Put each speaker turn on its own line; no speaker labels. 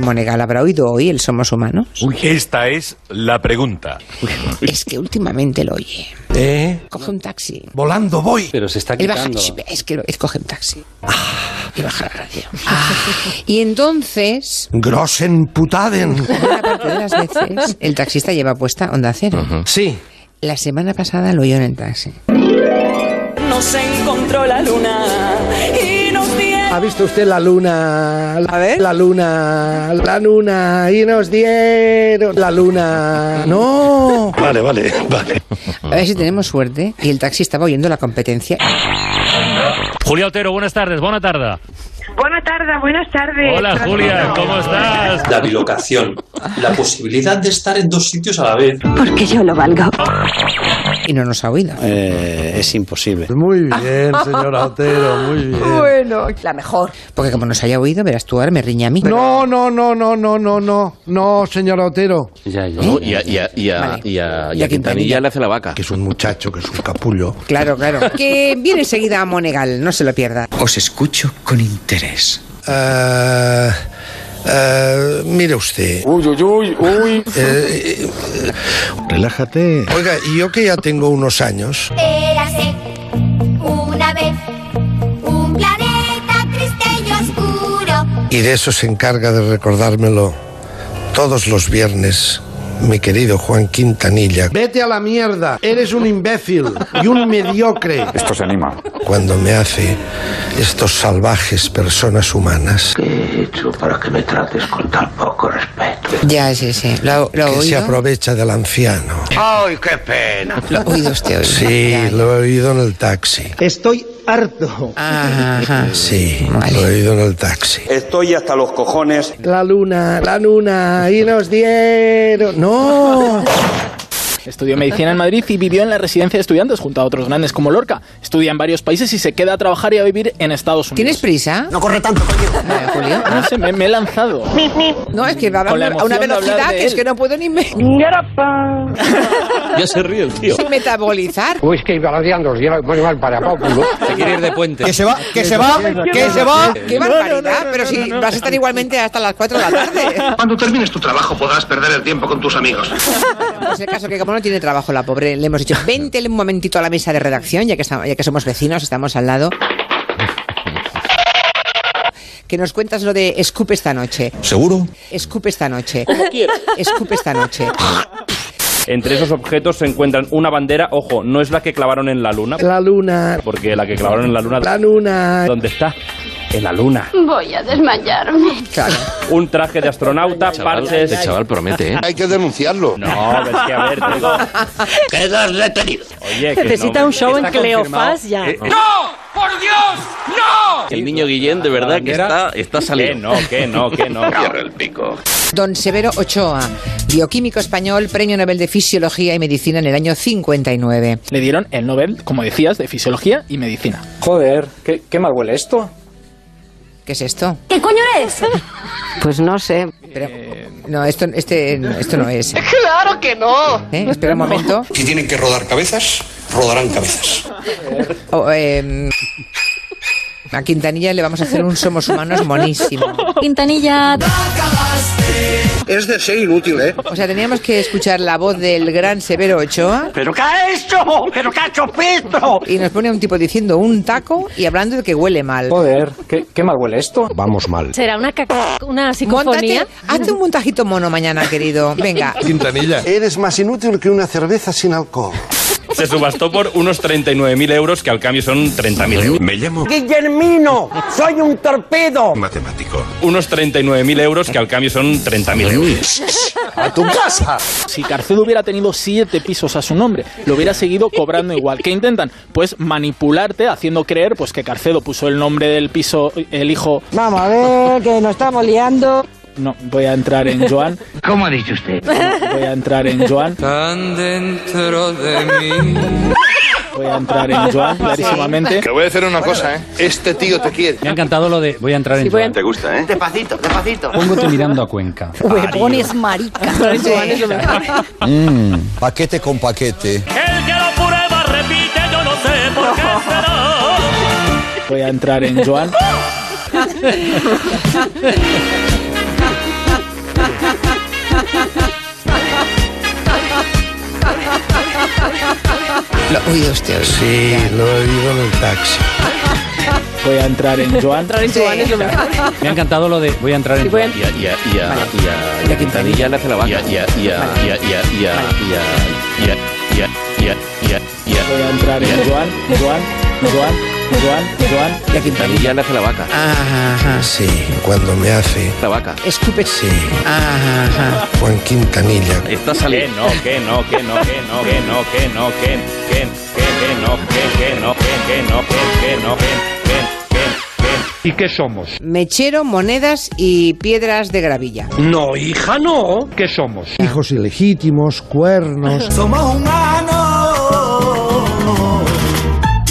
Monegal habrá oído hoy el Somos Humanos?
Esta es la pregunta.
Es que últimamente lo oye.
¿Eh?
Coge un taxi.
Volando voy.
Pero se está
Y baja-
quitando.
es que lo- es coge un taxi.
Ah.
Y baja la radio. Ah. Y entonces,
Grossen putaden.
buena parte de las veces, el taxista lleva puesta onda cero.
Sí.
La semana pasada lo oyó en el taxi.
Nos encontró la luna y nos dieron
¿Ha visto usted la luna?
A ver.
La luna, la luna, y nos dieron la luna.
No.
Vale, vale, vale.
A ver si tenemos suerte. Y el taxi estaba oyendo la competencia.
Julia Otero, buenas tardes, buena tarde.
Buenas tardes, buenas tardes.
Hola Julia, ¿cómo estás?
La bilocación. La posibilidad de estar en dos sitios a la vez.
Porque yo lo valgo.
Y no nos ha oído.
Eh,
es imposible.
Muy bien, señora Otero, muy bien.
Bueno, la mejor.
Porque como nos haya oído, verás tú ahora me riña a mí. ¿Eh?
No, no, no, no, no, no, no. No, señora Otero.
Ya, ya.
¿Eh?
Y a, y a- y a-
Vale.
y a- y a
Y a Quintanilla.
Quintanilla le hace la vaca.
Que es un muchacho, que es un capullo.
Claro, claro. Que viene enseguida a Monegal, no se lo pierda.
Os escucho con interés.
Eh, eh, mire usted.
Uy, uy, uy, uy.
eh,
Relájate.
oiga, y yo que ya tengo unos años.
Érase una vez un planeta triste y oscuro.
Y de eso se encarga de recordármelo todos los viernes, mi querido Juan Quintanilla,
Vete a la mierda. Eres un imbécil y un mediocre.
Esto se anima.
cuando me hace estos salvajes personas humanas
Ya, sí, sí. Lo, ha- lo ha
que se
oído.
aprovecha del anciano.
Ah,
Lo ha oído usted hoy.
Sí,
Ya, ya.
lo he oído en el taxi.
Estoy harto.
Ajá.
Sí,
Vale.
lo he oído en el taxi.
Estoy hasta los cojones.
La luna, la luna, y nos dieron. No.
Estudió medicina en Madrid y vivió en la residencia de estudiantes junto a otros grandes como Lorca. Estudia en varios países y se queda a trabajar y a vivir en Estados Unidos.
¿Tienes prisa? No corre tanto, coño. Julio.
No sé, me, me he lanzado.
No, es que va a
Con la
una- a una
emoción de hablar
velocidad
de
que es
él.
que no puedo ni me-
Ya se ríe el tío.
sin metabolizar.
Uy, es que baladeando lleva muy mal para Pópulo.
Se quiere ir de puente.
se va, que se va, que se va.
¡Qué barbaridad! pero si vas a estar igualmente hasta las 4 de la tarde.
Cuando termines tu trabajo podrás perder el tiempo con tus amigos.
Es el caso que como no tiene trabajo la pobre, le hemos dicho, vente un momentito a la mesa de redacción, ya que, estamos- ya que somos vecinos, estamos al lado. Que nos cuentas lo de escupe esta noche.
¿Seguro?
Escupe esta noche. Como Escupe esta noche.
Entre esos objetos se encuentran una bandera, ojo, no es la que clavaron en la luna,
La luna,
porque la que clavaron en la luna,
la luna.
¿dónde está? En la luna.
Voy a desmayarme.
Claro.
Un traje de astronauta,
Chaval,
parches...
este chaval promete, ¿eh?
Hay que denunciarlo.
No, es que a ver, digo... Oye, que
Necesita
no-
un show
está
en Cleofás
confirmado.
ya.
Eh, eh,
El niño Guillén, de verdad, que está, está
Que
saliendo.
no, que no, que no.
Don Severo Ochoa, bioquímico español, premio Nobel de Fisiología y Medicina en el año 59.
Le dieron el Nobel, como decías, de Fisiología y Medicina.
Joder, ¿qué, qué mal huele esto.
¿Qué es esto?
¿Qué coño eres?
Pues no sé.
Pero- no, esto, este, no, esto no es. ¡Claro que no! Espera un momento.
Si tienen que rodar cabezas, rodarán cabezas.
Oh, eh, a Quintanilla le vamos a hacer un Somos Humanos monísimo.
Quintanilla.
Es de ser inútil, ¿eh?
O sea, teníamos que escuchar la voz del gran Severo Ochoa
¿Pero qué ha hecho? ¿Pero qué ha hecho Pedro?
y nos pone un tipo diciendo un taco y hablando de que huele mal.
Joder, ¿qué, qué mal huele esto.
Vamos mal.
¿Será una, caca- una
Móntate,
psicofonía?
hazte un montajito mono mañana, querido. Venga.
Quintanilla.
Eres más inútil que una cerveza sin alcohol.
Se subastó por unos 39.000 euros, que al cambio son 30.000 euros.
Me llamo
Guillermino, soy un torpedo.
matemático.
Unos 39.000 euros, que al cambio son 30.000 euros.
¡A tu casa!
Si Carcedo hubiera tenido siete pisos a su nombre, lo hubiera seguido cobrando igual. ¿Qué intentan? Pues manipularte, haciendo creer pues que Carcedo puso el nombre del piso, el hijo...
Vamos a ver, que nos estamos liando.
No, voy a entrar en Joan.
¿Cómo ha dicho usted?
No, voy a entrar en Joan.
Tan dentro de mí.
Voy a entrar en Joan clarísimamente.
voy a decir una cosa, ¿eh? Este tío te quiere.
Me ha encantado lo de voy a entrar en
Joan.
¿Te gusta, eh?
Despacito, despacito.
Pongo te mirando a Cuenca.
Huevones marica.
Joan es lo mejor.
Paquete con paquete.
El que lo prueba repite, yo no sé por qué será.
Voy a entrar en Joan.
Lo- uy, hostia.
Sí, lo he oído en el taxi.
Voy a entrar en Joan.
Entrar en Joan es lo mejor.
Me ha encantado lo de voy a entrar en
Sí, voy a-
y a, y a, y a,
Vale.
y a- y a Quintanilla le ya, hace la vaca. Y a, y a, y a, y a, y a, y a, y a, y a, y a, y a, y a, y a.
Voy a entrar en Joan, Joan, Joan, Joan, Joan.
Y a Quintanilla le hace la vaca.
Ah.
Ajá.
Sí, cuando me hace.
La vaca.
Escupe.
Sí.
Ajá.
Juan Quintanilla.
Está saliendo. Que no, que no, que no, que no, que no, que no, que no, que no, que no, que no, que no, que no, que no, que no. ¿Y qué somos?
Mechero, monedas y piedras de gravilla.
No, hija, no. ¿Qué somos? Hijos ilegítimos, cuernos.
Somos un